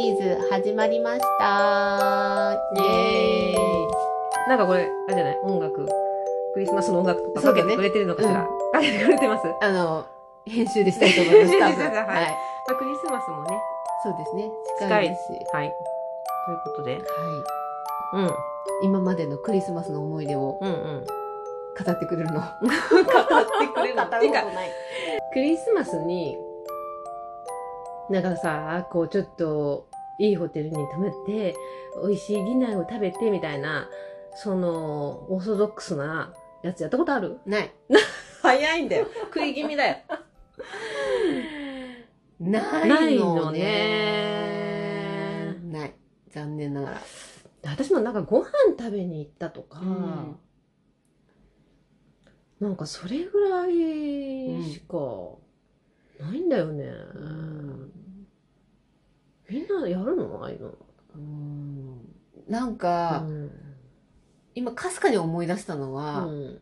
始まりました。イエーイ。なんかこれ、あれじゃない音楽。クリスマスの音楽とかそうかだねけてくれてるのかしら、かけてくれてます、まあの、編集でしたいと思います。多編集で分したははいい。あ、クリスマスもね。そうですね。近近いいですし。はい。ということで。はうん。い。今までのクリスマスの思い出をうんうん。語ってくれる の。語っ語ってくれるの。てか、ない。クリスマスに、なんかさ、こうちょっと、いいホテルに泊めて、美味しいディナーを食べて、みたいな、その、オーソドックスなやつやったことあるない。早いんだよ。食い気味 だよ。ないのね。ないのない。残念ながら。私もなんかご飯食べに行ったとか、うんなんかそれぐらいしかないんだよね、うんみんなやるのああいうの、うんなんか、うん今かすかに思い出したのは、うん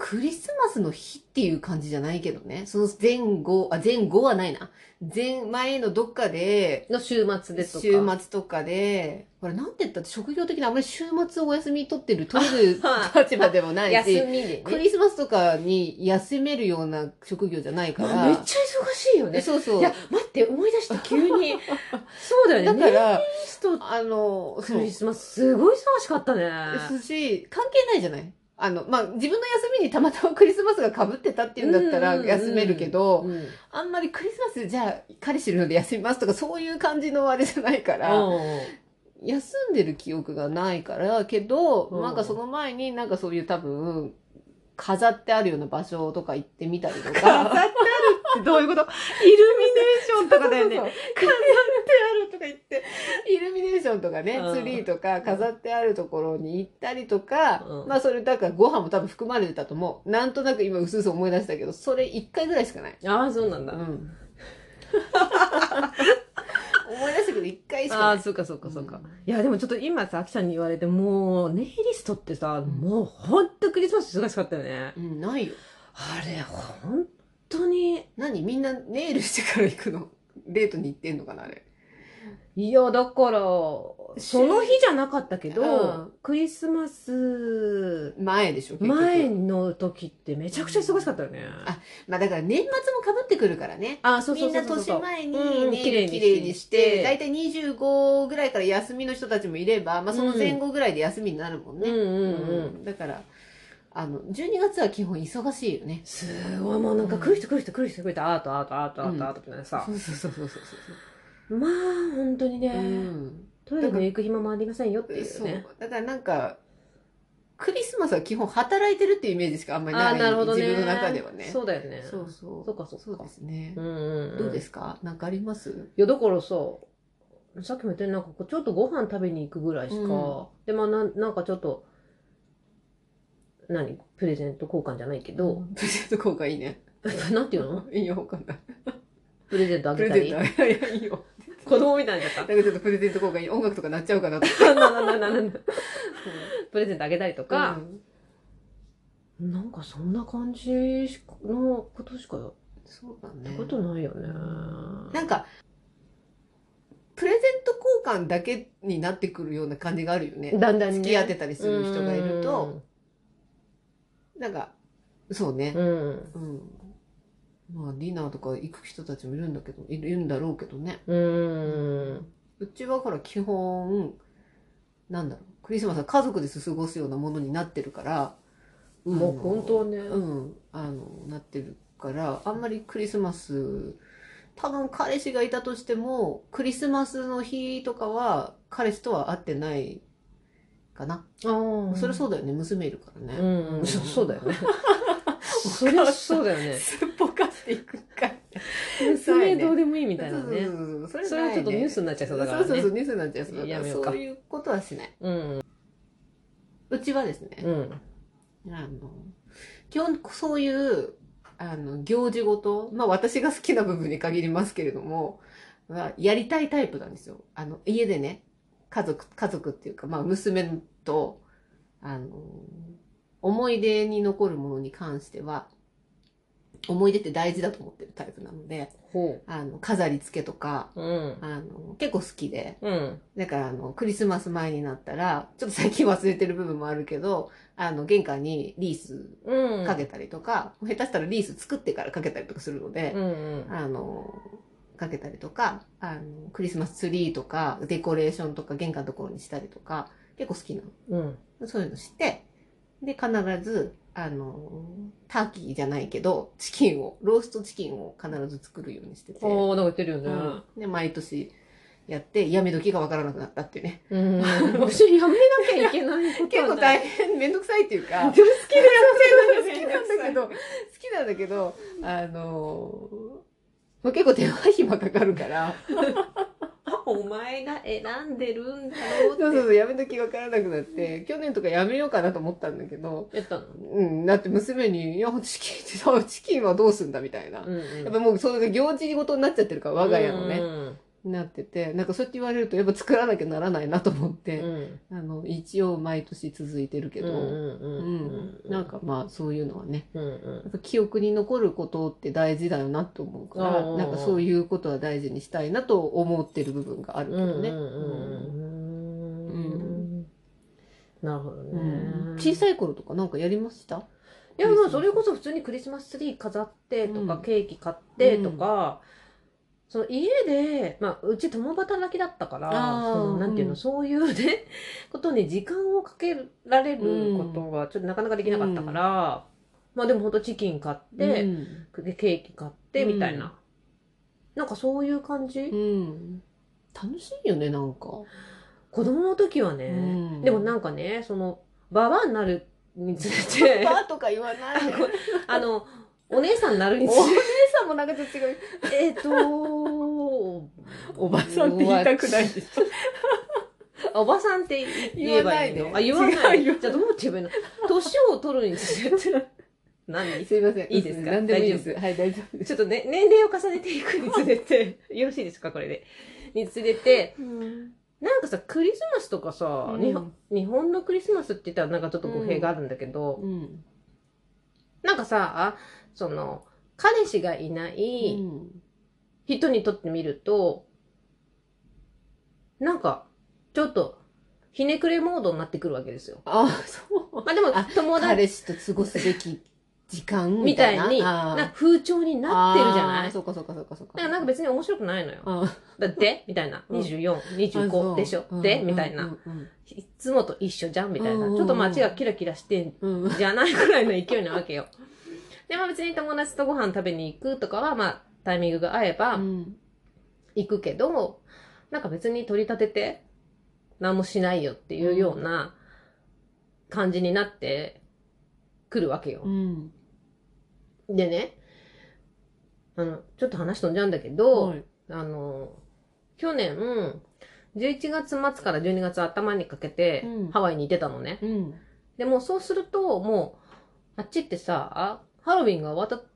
クリスマスの日っていう感じじゃないけどね。その前後、あ、前後はないな。前、前のどっかで、の週末でとか週末とかで、これなんて言ったって職業的にあんまり週末お休み取ってる、取 るは立場でもない休し、みでねクリスマスとかに休めるような職業じゃないかあら。めっちゃ忙しいよねそうそう。いや待って思い 出した急にそうだよだねかネイら、リストあの、そクう。リスマスすごい忙しかったねですし、関係ないじゃないあの、まあ、自分の休みにたまたまクリスマスが被ってたっていうんだったらうんうんうん休めるけど、うんあんまりクリスマスじゃあ彼氏いるので休みますとかそういう感じのあれじゃないから、休んでる記憶がないから、けど、うんなんかその前になんかそういう多分、飾ってあるような場所とか行ってみたりとか。ってあるってどういうことイルミネーションとかだよね。そう飾そっうてあるとか言って。そうイルミネーションとかね、うんツリーとか飾ってあるところに行ったりとか、うんまあそれだからご飯も多分含まれてたと思う。なんとなく今うすうす思い出したけど、それ一回ぐらいしかない。ああ、そうなんうだ。ん。思い出したけど一回しかあなあいー、。そうかそうかそうか。うんいや、でもちょっと今さ、きちゃんに言われて、もう、ネイリストってさ、んもうほんとクリスマス忙しかったよね。うん、ないよ。あれ、ほんとに。何みんなネイルしてから行くのデートに行ってんのかなあれ。いや、だから、その日じゃなかったけうど、クリスマス前でしょ結局前の時ってめちゃくちゃ忙しかったよね。あまあだから年末もかぶってくるからね。あ、そうみそうんそなうそう年そう。前にうんネイ綺ル麗にきれいにして、してだいたい25ぐらいから休みの人たちもいれば、まあその前後ぐらいで休みになるもんね。うんうんうん。うんだから、あの、12月は基本忙しいよね。すごいもうなんか来る人来る人来る人来る人あーとあーとあーとあーとあーとみたいなさそ、うそうそうそうそうまあ本当にね、そう。うんトイレに行く暇もありませんよっていうそうねだからなんかクリスマスは基本働いてるっていうイメージしかあんまりあなあいなるほどね自分の中ではねそうだよねそうそうそうかそうかですね、うんうん、うん、どうですすかなんかありますいやだからささっきも言ったようになんかこうちょっとご飯食べに行くぐらいしか、うんでまあなんなんかちょっと何プレゼント交換じゃないけど、プレゼント効果いいね なんていうのいいよわかんないプレゼントあプげレたゼンりトいやいやいいよ子供みたいに なっちゃっなんかちょっとプレゼント効果いい音楽とかなっちゃうかなとか、たななななななプレゼントあげたりとか、うんなんかそんな感じしかのことしかやっそうだたねことないよね。なんかプレゼント交換だけになってくるような感じがあるよねだんだんね、付き合ってたりする人がいると、なんかそうね、うん、うんうん。まあ、ディナーとか行く人たちもいるんだけど、いるんだろうけどね。うん、うちはほら、基本、なんだろう、クリスマスは家族で過ごすようなものになってるから、もうあの本当はね、うん、あの、なってるから、あんまりクリスマス、多分彼氏がいたとしても、クリスマスの日とかは、彼氏とは会ってないかな。ああそれうそうだよね、娘いるからね。だね、 うん、そそうだよね。それはそうだよね。すっぽかしていくか。 娘どうでもいいみたいなそうね。そうそうそうそそれれはちょっとニュースになっになっちゃいちゃそううだからそうそうそうね。ニュースになっちゃいそうだからやめようかそういうことはしないうん、うちはですね、うん、あの基本そういうあの行事ごとまあ私が好きな部分に限りますけれどもはやりたいタイプなんですよあの家でね家族家族っていうかまあ娘とあの思い出に残るものに関しては思い出って大事だと思ってるタイプなので、ほあの、飾り付けとか、う。うん。あの、結構好きで、うん。だからあの、クリスマス前になったら、ちょっと最近忘れてる部分もあるけど、あの、玄関にリースうん。かけたりとか、下手したらリース作ってからかけたりとかするのでう、んうん。あの、かけたりとか、あの、クリスマスツリーとか、デコレーションとか玄関のところにしたりとか、結構好きなうん。の。そういうのして、で、必ず、あの、ターキーじゃないけど、チキンを、ローストチキンを必ず作るようにしてて、おー、なんか言ってるよね。うんで、毎年やって、やめ時がわからなくなったっていうね。うん。私、やめなきゃいけないこと結は構な大い変めんどくさいっていう か好でも好きでやってきるのになんだけど好きなんだけどあのーまあ、結構手間暇かかるからお前が選んでるんだろそうそうそうやめときわからなくなって去年とかやめようかなと思ったんだけど、やったのうん、だって娘に「いやチキン ってさチキンはどうすんだ」みたいな。うんうんやっぱもうそれが行事事になっちゃってるから我が家のうね、んなっててなんかそうやって言われるとやっぱ作らなきゃならないなと思って、うんあの一応毎年続いてるけど、うんううんんうんなんかまあそういうのはねうんうんやっぱ記憶に残ることって大事だよなと思うかうらんなんかそういうことは大事にしたいなと思ってる部分があるけうんうんどね、うんうんなるほどねうん小さい頃とかなんかやりましたいやまあそれこそ普通にクリスマスツリー飾ってとか、うんケーキ買ってとか、その家で、まあ、うち共働きだったからあーそのなんていうの、うんそういうね ことに時間をかけられることがちょっとなかなかできなかったから、まあでもほんとチキン買って、うんでケーキ買ってみたいな、なんかそういう感じ、うん楽しいよねなんか、子供の時はね、うんでもなんかねそのババアになるにつれて パーとか言わない お姉あのお姉さんになるにつれてさんもなんかちょっと違うえっと、おおばさんって言いたくないでしょあおばさんって言えばいいのあ、言言わわなないいでじ違うよゃあどうって言えばいいの年を取るにつれ て、何ちすいませんいいですか何でもいいですはい大丈夫ですょっとね、年齢を重ねていくにつれて、 よろしいですかこれで。につれて、なんかさ、クリスマスとかさ、うん日本日本のクリスマスって言ったらなんかちょっと語弊があるんだけど、うんなんかさ、その、彼氏がいない、うん人にとってみると、なんか、ちょっと、ひねくれモードになってくるわけですよ。あそうまあでもあ、友達彼氏と過ごすべき時間みみたたいいなに、あーなんか風潮になってるじゃなあいーそうかそうかそうかそうか。だからなんか別に面白くないのよ。あーだってみたいな。うん24、あそ25うでしょうんでうんみたいな。うんいつもと一緒じゃんみたいな。うんちょっと街がキラキラしてんうんうんじゃないくらいの勢いなわけよ。で、まあ別に友達とご飯食べに行くとかは、まあタイミングが合えば、うん行くけど、なんか別に取り立てて、何もしないよっていうような感じになってくるわけよう。んでね、あの、ちょっと話飛んじゃうんだけうど、んはいあの、去年、11月末から12月頭にかけてうん、ハワイに行ってたのね。うんでもうそうすると、もう、あっちってさ、ハロウィンが終わった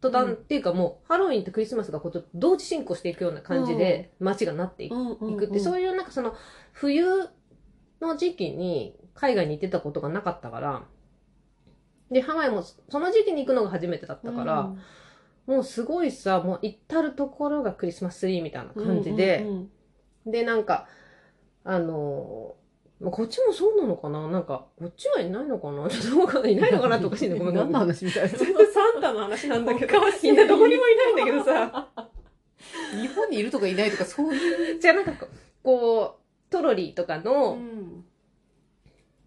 途端、うんっていうかもう、ハロウィンとクリスマスがこう同時進行していくような感じで、街がなっていく行くって、そういうなんかその冬の時期に海外に行ってたことがなかったから、で、ハワイもその時期に行くのが初めてだったから、もうすごいさ、もう至るところがクリスマスツリーみたいなうん感じで、うんうんで、なんか、あのーまあこっちもそうなのかななんか、こっちはいないのかな ちょっとわかんない。いないのかなっておかしいね。ごめんごめ何ん。の話みたいな。全然サンタの話なんだけど、みんなどこにもいないんだけ どさ。日本にいるとかいないとかそういう。じゃあなんかこう、こう、トロリーとかの、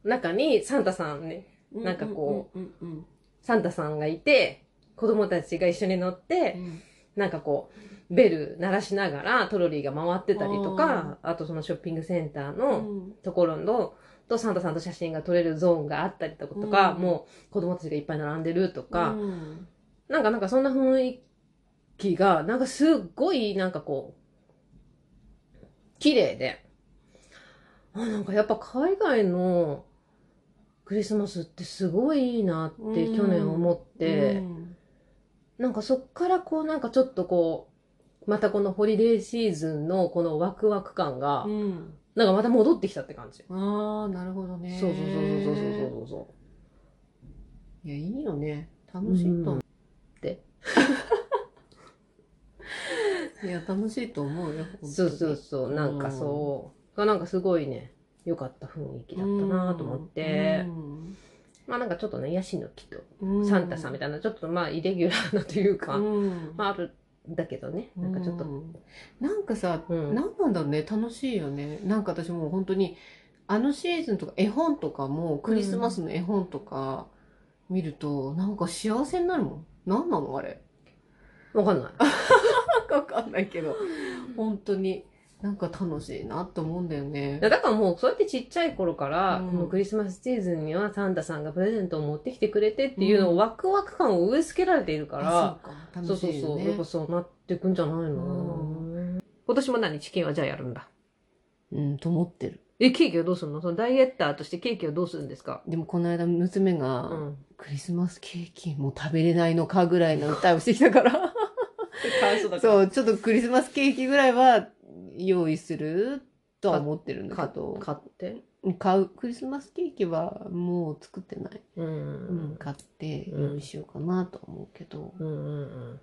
中にサンタさんね、なんかこうんうんサンタさんがいて、子供たちが一緒に乗っうて、んなんかこう、ベル鳴らしながらトロリーが回ってたりとか、あとそのショッピングセンターうのん。ところの、とサンタさんと写真が撮れるゾーンがあったりとか、うんもう子供たちがいっぱい並んでるとか、うんなんかなんかそんな雰囲気が、なんかすっごいなんかこう、綺麗で。あ、なんかやっぱ海外のクリスマスってすごいいいなってうん去年思って、なんかそっからこうなんかちょっとこう、またこのホリデーシーズンのこのワクワク感が、うんなんかまた戻ってきたって感じ。ああ、なるほどね。そうそうそうそうそうそうそうそう。いや、いいよね。楽しいと思う。っていや、楽しいと思うよ。本当にそうそうそう、なんかそう、なんかすごいね、良かった雰囲気だったなと思って、まあなんかちょっとね、ヤシの木とうん、サンタさんみたたいな、ちょっとまあイレギュラーなというか、うん、まああるんだけどね、なんかちょっと、うんなんかさ、うん何なんだろうね、楽しいよね。なんか私もう本当に、あのシーズンとか絵本とかも、クリスマスの絵本とか見ると、なんか幸せになるもん。何なのあれ。わかんない。なんかわかんないけど、 本当に、なんか楽しいなって思うんだよねいや。だからもうそうやってちっちゃい頃から、うんこのクリスマスシーズンにはサンタさんがプレゼントを持ってきてくれてっていうのをワクワク感を植え付けられているから、あそうか、楽そうそうしいそよう、ね。やっぱそうなってくんじゃないの、今年も何チキンはじゃあやるんだ。うん、と思ってる。え、ケーキはどうするのそのダイエッターとしてケーキはどうするんですかでもこの間娘が、うん。クリスマスケーキも食べれないのかぐらいの歌をしてきたから。感想だう。そう、ちょっとクリスマスケーキぐらいは用意するとは思ってるんだ買けど、買って。買う、クリスマスケーキはもう作ってない。ううんん。買ってうん用意しようかなとは思うけど、うんうん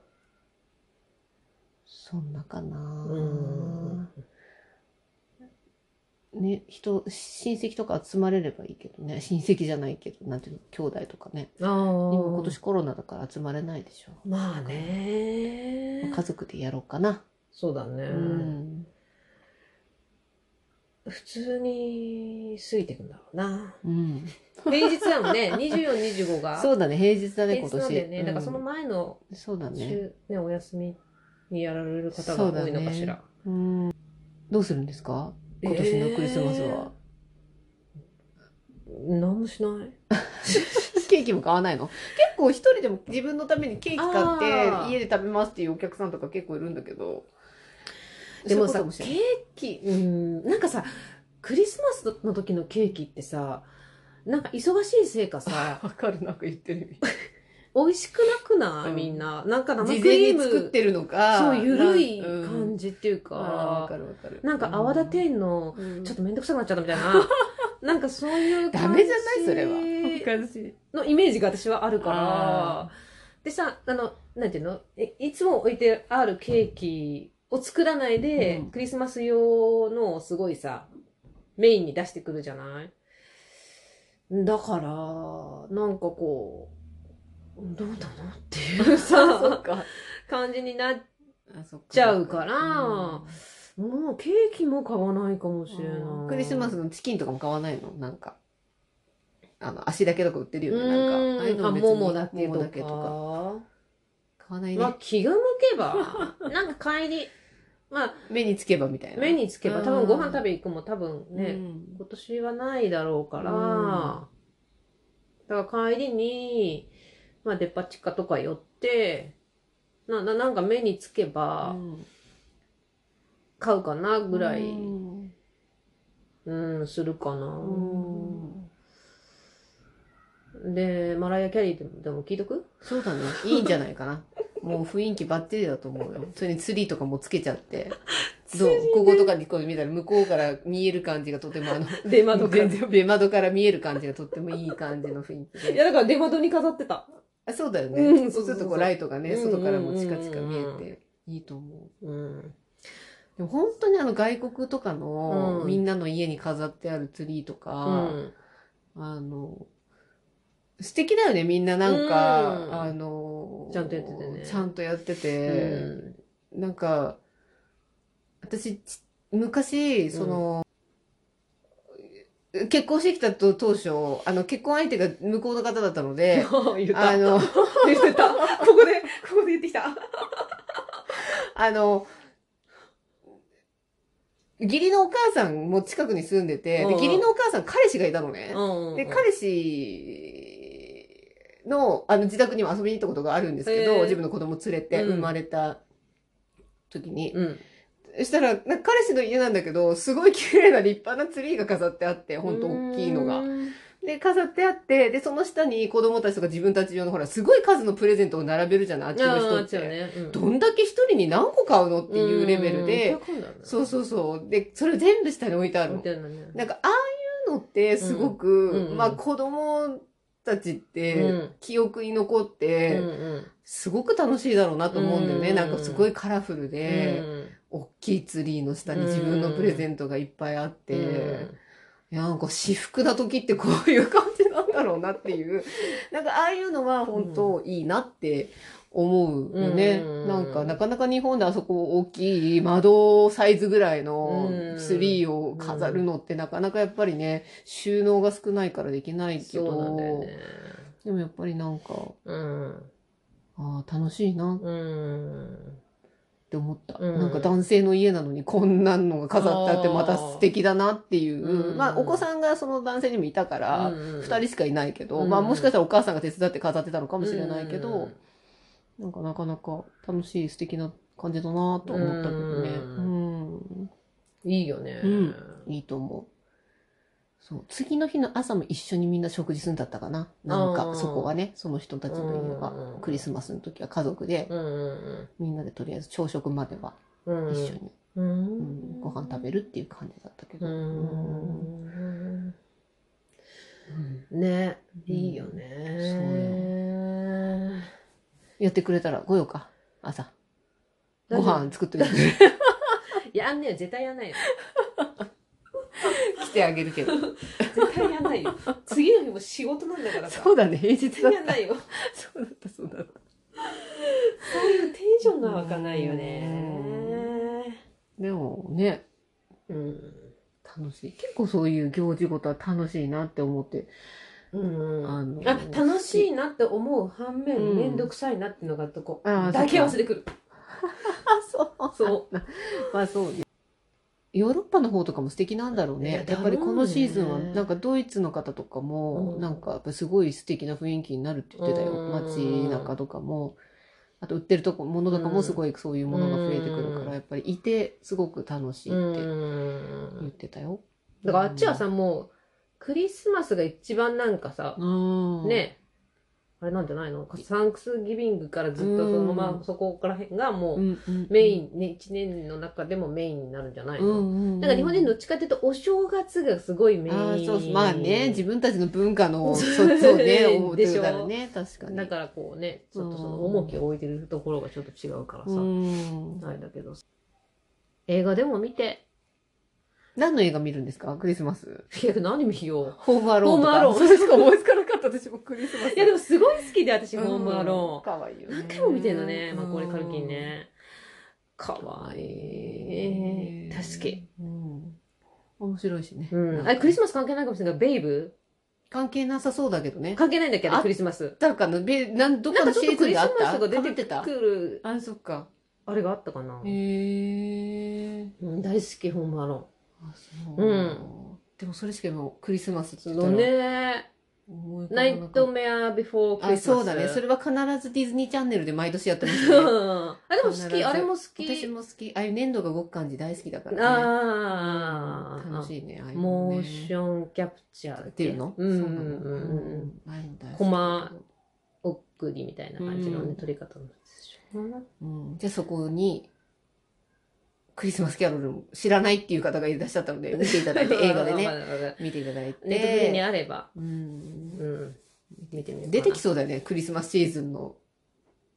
そんなかな、うんね、人、親戚とか集まれればいいけどね、親戚じゃないけど、なんていうの、兄弟とかね。うん。ああ。今今年。コロナだから集まれないでしょ。まあね。家族でやろうかな。そうだね。うん。普通に過ぎていくんだろうな。うん。平日だもんね。24、25が。そうだね、平日だね、今平日なん年。だよね。だからうんその前のそうだね。週、ね、お休みにやられる方そうがだ多ねいのかしら。うんどうするんですか今年のクリスマスは。えー。何もしない。ケーキも買わないの結構一人でも自分のためにケーキ買あっーて家で食べますっていうお客さんとか結構いるんだけど。でもさ、そういうことケしれーないキ、うん、なんかさ、クリスマスの時のケーキってさ、なんか忙しいせいか さ、わかる、なんか言ってる意味。美味しくなくない、うんみんな。なんか生事ク前リーにム、作ってるのか。そう、ゆるいなん感。じっていううんあーわか、かるわかる。なんか泡立てんの、うん、ちょっととめんどくさくなっちゃったみたい な。なんかそういうダ感メじじゃないそれは。おかしい。のイメージが私はあるからあ。でさ、あの、なんていうのえいつも置いてあるケーキを作らないで、うんクリスマス用のをすごいさ、メインに出してくるじゃないだから、なんかこう、どうなのっていうそ っさ、か。感じになっあそっかちゃうからうんもうケーキも買わないかもしれない。クリスマスのチキンとかも買わないのなんか。あの、足だけとか売ってるよね。うなんんか。ああいうのあ、別にももだけももとか。か。買わないまねあ。気が向 けば、なんか帰り、まあ目につけばみたいな。目につけば、うん多分ご飯食べ行くも多分ね、うん今年はないだろうから、うんだから帰りに、まあデパ地下とか寄って、なななんか目につけばうん買うかなぐらい、うんうん、するかな。うんで、マライア・キャリーでもでも聞い とくそうだね。いいんじゃないかな。 もう雰囲気バッチリだと思うよ。それにツリーとかもつけちゃ って。どうこことかにこう見たら向こうから見える感じがとてもあの、出窓から。全い 然出窓から見える感じがとってもいい感じの雰囲気で。や、だから出窓に飾ってた。あそうだよね。うんそうするとこうライトがね、そうそうそう外からもチカチカ見うんうんうんうえて、いいと思う。うん。でも本当にあの外国とかの、うんみんなの家に飾ってあるツリーとうか、ん。あの、素敵だよね、みんななんか、うんあの、ちゃんとやっててねちゃんとやってうて、んなんか、私、ち昔、その、結婚してきたと当初、あの、結婚相手が向こうの方だったので、 言った。あの、言 った。ここで、ここで言ってきた。あの、義理のお母さんも近くに住んでて、うんで義理のお母さん彼氏がいたのね。で、で彼氏のあの自宅にも遊びに行ったことがあるんですけへど、ー自分の子供連れてうん生まれた時に。うん。そしたら、なんか彼氏の家なんだけど、すごい綺麗な立派なツリーが飾ってあって、ほんと大きいのがう。ん。で、飾ってあって、で、その下に子供たちとか自分たち用のほら、すごい数のプレゼントを並べるじゃない、あっちのあ人っあ、違うて。ね。うんどんだけ一人に何個買うのっていうレベルうでん、喜んだねそうそうそう。で、それ全部下に置いてあるみのた。いなね。なんか、ああいうのってすごく、うんうんまあ子供たちっうて、ん記憶に残っうんて、うんすごく楽しいだろうなと思うんだよね。うんなんかすごいカラフルで、大きいツリーの下に自分のプレゼントがいっぱいあって、うんいや、なんか私服だ時ってこういう感じなんだろうなっていう。なんかああいうのは本当いいなって思うよね。うんなんかなかなか日本であそこ大きい窓サイズぐらいのうんツリーを飾るのってなかなかやっぱりね、収納が少ないからできないけそうなんだよど、ね。でもやっぱりなんか、うん。ああ、楽しいなっうん。て思った。うんなんか男性の家なのにこんなのが飾ってあってまた素敵だなっていう。うんまあお子さんがその男性にもいたから、 2 2人しかいないけど、うんまあもしかしたらお母さんが手伝って飾ってたのかかもしれないけど、なんかなかなか楽しい素敵な感じだなと思ったけどね、ううんいいよね。うんいいと思うそう次の日の朝も一緒にみんな食事するんだったかななんあかーそこはねその人たちの家は、うんクリスマスの時は家族で、うんうんみんなでとりあえず朝食まではうん。一緒に、ううんん。ご飯食べるっていう感じだったけど、ううんん。うんね。うんいいよね。やってくれたらごよか朝ご飯作ってくれる やんねよ。絶対やんないよ。来てあげる けど絶対やんないよ。次の日も仕事なんだから さ。そうだね、平日絶だっ対やんたな。いよ。 そうだった、そうだった。そういうテンションがわかんないよね。でもね、うん。楽しい。結構そういう行事ごとは楽しいなって思って。うんあのあ楽しいなって思う反面、うんめんどくさいなってのがとこあーだけそっ忘かれてくるあ、そう。そう まあそうね。ヨーロッパの方とかも素敵なんだろうね。いややっぱりこのシーズンは、だろうねなんかドイツの方とかもう、んなんかやっぱすごい素敵な雰囲気になるって言ってたよ。うん街中とかも。あと売ってるとこ、ものとかもすごいそういうものが増えてくるかうんら、やっぱりいてすごく楽しういって言っんてたよ。だからあっちはさもうクリスマスが一番なんかさ、うん、ねあれなんじゃないのサンクスギビングからずっとそのまうまんそこからへんがもううんうんうん、メイン、ね、1年の中でもメインになるんじゃないの、うんなんか日本人どっちかっていうとお正月がすごいメインああそうまあね自分たちの文化のそそううそうね思っでてしるょからね確かにだからこうねちょっとその重きを置いてるところがちょっと違うからさ、うんあれだけど映画でも見て何の映画見るんですかクリスマスいや何見よホームアローンとかホームアローンそれしか思いつかなかった私もクリスマうスいやでもすごい好きで私ホームアうんローンかわいいよね何回も見てんのねマコーリーカルキンうんねかわいいえー確かにうん面白いしね、うん、あれクリスママス関係ないかもしれないけどベイブス関係なさそうだけどね関係ないんだっけどあクリスマスだからべなんどっなかんのかちシょっリーとクズリであっスマスがた出被てってたくるあそっかあれがあったかな、へえーうん大好きホームアロあそう、うんでもそれしかもうクリスマスってーン言ったのらね思い浮かばナなかイったトメアビフォークリあスマスそうだねそれは必ずディズニーチャンネルで毎年やってますねあでも好必 きずあれも好き私も好きああいう粘土が動く感じ大好きだからねああ楽しいねああいうのねモーションキャプチャーだっていうのうんうんそうなのうんうんんああいうの大好きコマおっくりみたいな感じのね、うん撮り方なんです ようんじゃあそこにクリスマスキャロルも知らないっていう方がいらっしゃったので見ていただい て映画でねね見ていただいネットフリにてあれば、うんうん、見てみよう出てきそそうだよねクリスマスシーズンの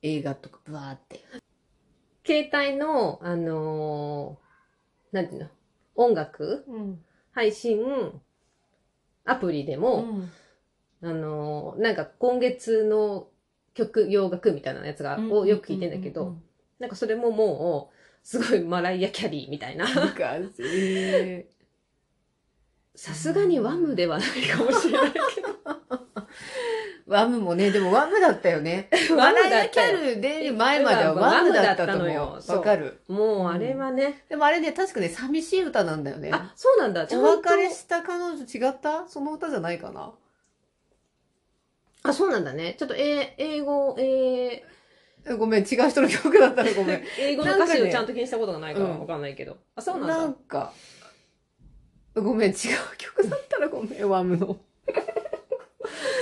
映画とかブワーってう携帯のあのーなんていうの音楽うん配信アプリでも、あのーなんか今月の曲洋楽みたいなやつが、をよく聞いてんだけど、なんかそれももうすごいマライア・キャリーみたいななんかえさすがにワムではないかもし れないけーワムもねでもワムだったよねど。マライア・キャルで前まではワムだったと思ワムだったのようそうわかるもうあれはね。でもあれね確かね寂しい歌なんだよねあ、そうなんだ。ちゃんおと別れした彼女違ったその歌じゃないかなあ、そうなんだね。ちょっと、えー、英語、ええごめん違う人の曲だったらごめーん英語の歌詞なんかをねちゃんと気にしたことがないからうんわかんないけど。あ、 そうなんだ。なんかごめん違う曲だったらごめんワムの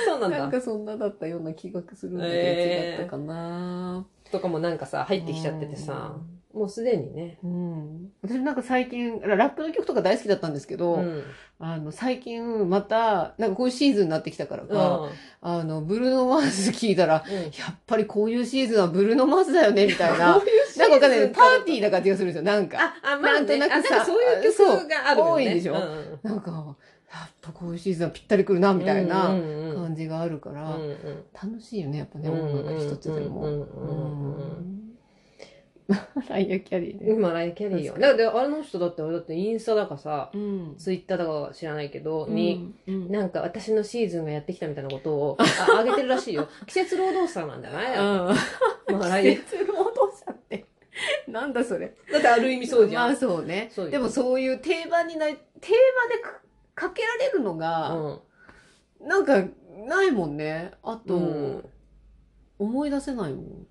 そうなんだ。なんかそんなだったような気がするんだけど、え違ーったかなとかもなんかさ、入ってきちゃっててさ、もうすでにね。うん、私もなんか最近、ララップの曲とか大好きだったんですけど、うん。あの、最近また、なんかこういうシーズンになってきたからうか、ん。あの、ブルーノ・マーズ聞いたら、うんやっぱりこういうシーズンはブルーノ・マーズだよね、みたい な。こういうシーズなンんかわかんない。パーティーな感じがするんですよ、なんか。あ、あ、まなあ、ね、んとなくあさんかそういう曲があるよね。そう多いでしょうんうんなんか、やっぱこういうシーズンはぴったりくるな、みたいうんなうんうん感じがあるから、うんうん楽しいよね、やっぱね、音楽一つでうも。んうんうんうんライア・キャリーうでん。マライアキャリーよ。確かだって、あの人だって、だってインスタだかさ、うんツイッターだか知らないけど、に、うんなんか私のシーズンがやってきたみたいなことを、ああげてるらしいよ。 季節労働者なんじゃないうん。マライア季。節労働者って、なんだそれ。だってある意味そうじゃまあん。そうねそう。よでもそういう定番にない、定番でかかけられるのが、うんなんかないもんね。あうとん、思い出せないもん。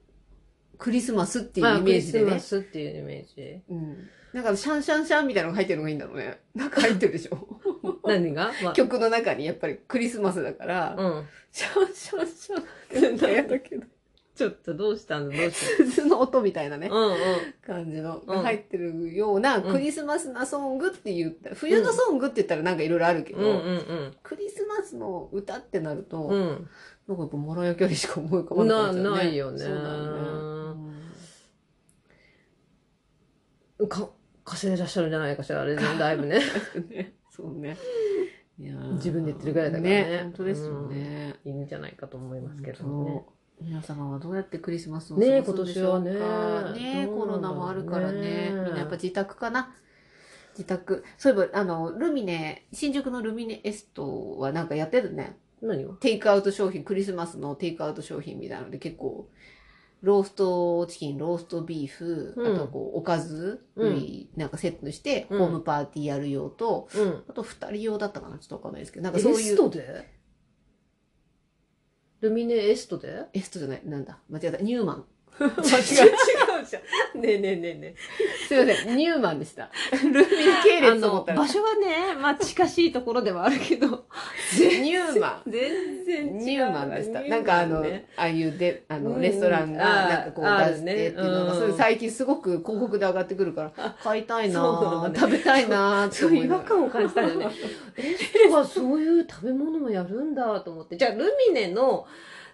クリスマスっていまうあイクメーリジスでマね。スっていうイメージ。うん。なんかシャンシャンシャンみたいなのが入ってるのがいいんだろうね。なんか入ってるでしょ何がまあ曲の中にやっぱりクリスマスだから、うん。シャンシャンシャンって なんだけど、ちょっとどうしたんだ、どうし鈴の音みたいなねた。ん。うんうん。感じの、うん入ってるようなうんクリスマスなソングって言ったら、冬のソングって言ったらなんかいろいろあるけど、うんうんクリスマスの歌ってなると、うん。なんかやっぱマライア・キャリーしか思い浮かばない、なないよねそうだよね。うん。か、稼いでらっしゃるんじゃないかしら、あれね、だいぶね。うんねそうね。いやー自分で言ってるぐらいだからね本当ですよね。いいんじゃないかと思いますけどね本。当皆様はどうやってクリスマスを過ねごすんでしょうか今年はねねどうコなロんだナろうねもあるからねみんなやっぱ自宅かな自宅そういえばあのルミネ新宿のルミネエストはなんかやってるね何をテイクアウト商品クリスマスのテイクアウト商品みたいなので結構ローストチキンローストビーフ、うんあとはこうおかず類なんかセットにして、うんホームパーティーやる用とうん。あと2人用だったかなちょっとわかんないですけどなんかエそういスうトでルミネエス トでエストじゃないなんだ間違えたニュー マン間違うじゃん。ねえねえねえねすいません、ニューマンでした。ルミネ系え。あ列と思の、ったら場。所はね、まあ近しいところではあるけど、ニューマン。 全然違うわ。ニューマンでした。ニューマンねなんかあの、ああいうで、あうの、んレストランが、あーなんかこうある出してっていうのねうが、んそれ最近すごく広告で上がってくるから、買いたいなそうなのかぁね食べたいなぁってそう思違いな和がら感を感じたん だよね。エストがそういう食べ物もやるんだと思って。じゃあ、ルミネの、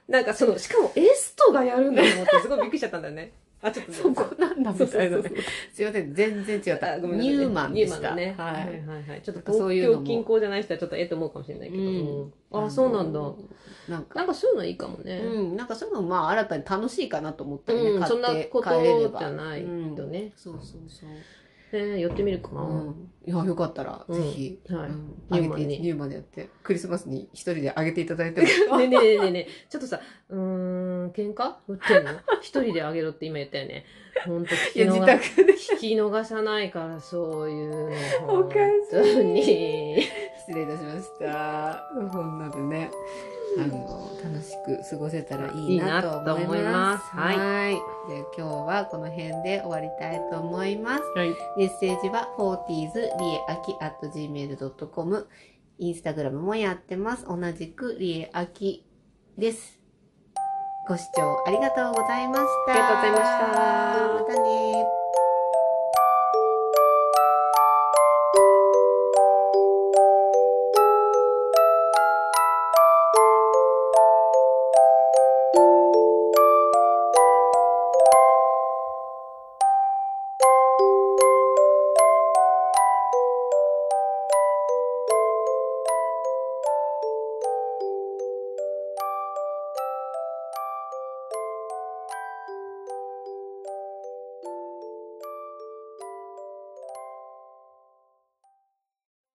なんかその、しかもエストがやるんだと思って、すごいびっくりしちゃったんだよね。あ、ちょっとそこなんだそうみそうたいそなうね。すいません、全然違った。あごめんなニさいねューマンでした。ニューマンはね。はいい。はいはい。ちょっとそう東いうの京も近郊じゃない人はちょっとえっと思うかもしれないけど。うんあそうなんだ。なんか、なんかそういうのいいかもね。うん、なんかそういうのもまあ新たに楽しいかなと思ったりね、うん買そんなってこ帰れれとば。じゃないとうんね。そうそうそう。えー、寄ってみるかな。うん、いやよかったら、うんぜひ、はいうんニューあマげンてにニューマンでやってクリスマスに一人であげていた だいてもねえねえねえねえ、ちょっとさ、うーん、喧嘩売ってんの一人であげろって今言ったよね。ほんと、聞いきや逃 自宅で聞き逃さないから、そういうの。おかしい本当に。失礼いたしましたこんなでねあの楽しく過ごせたらいいなと思いますいいなと思いますはいはいで今日はこの辺で終わりたいと思いますはい。メッセージは 40s リエアキ at gmail.com。インスタグラムもやってます。同じくリエアキです。ご視聴ありがとうございました。ありがとうございましたまたね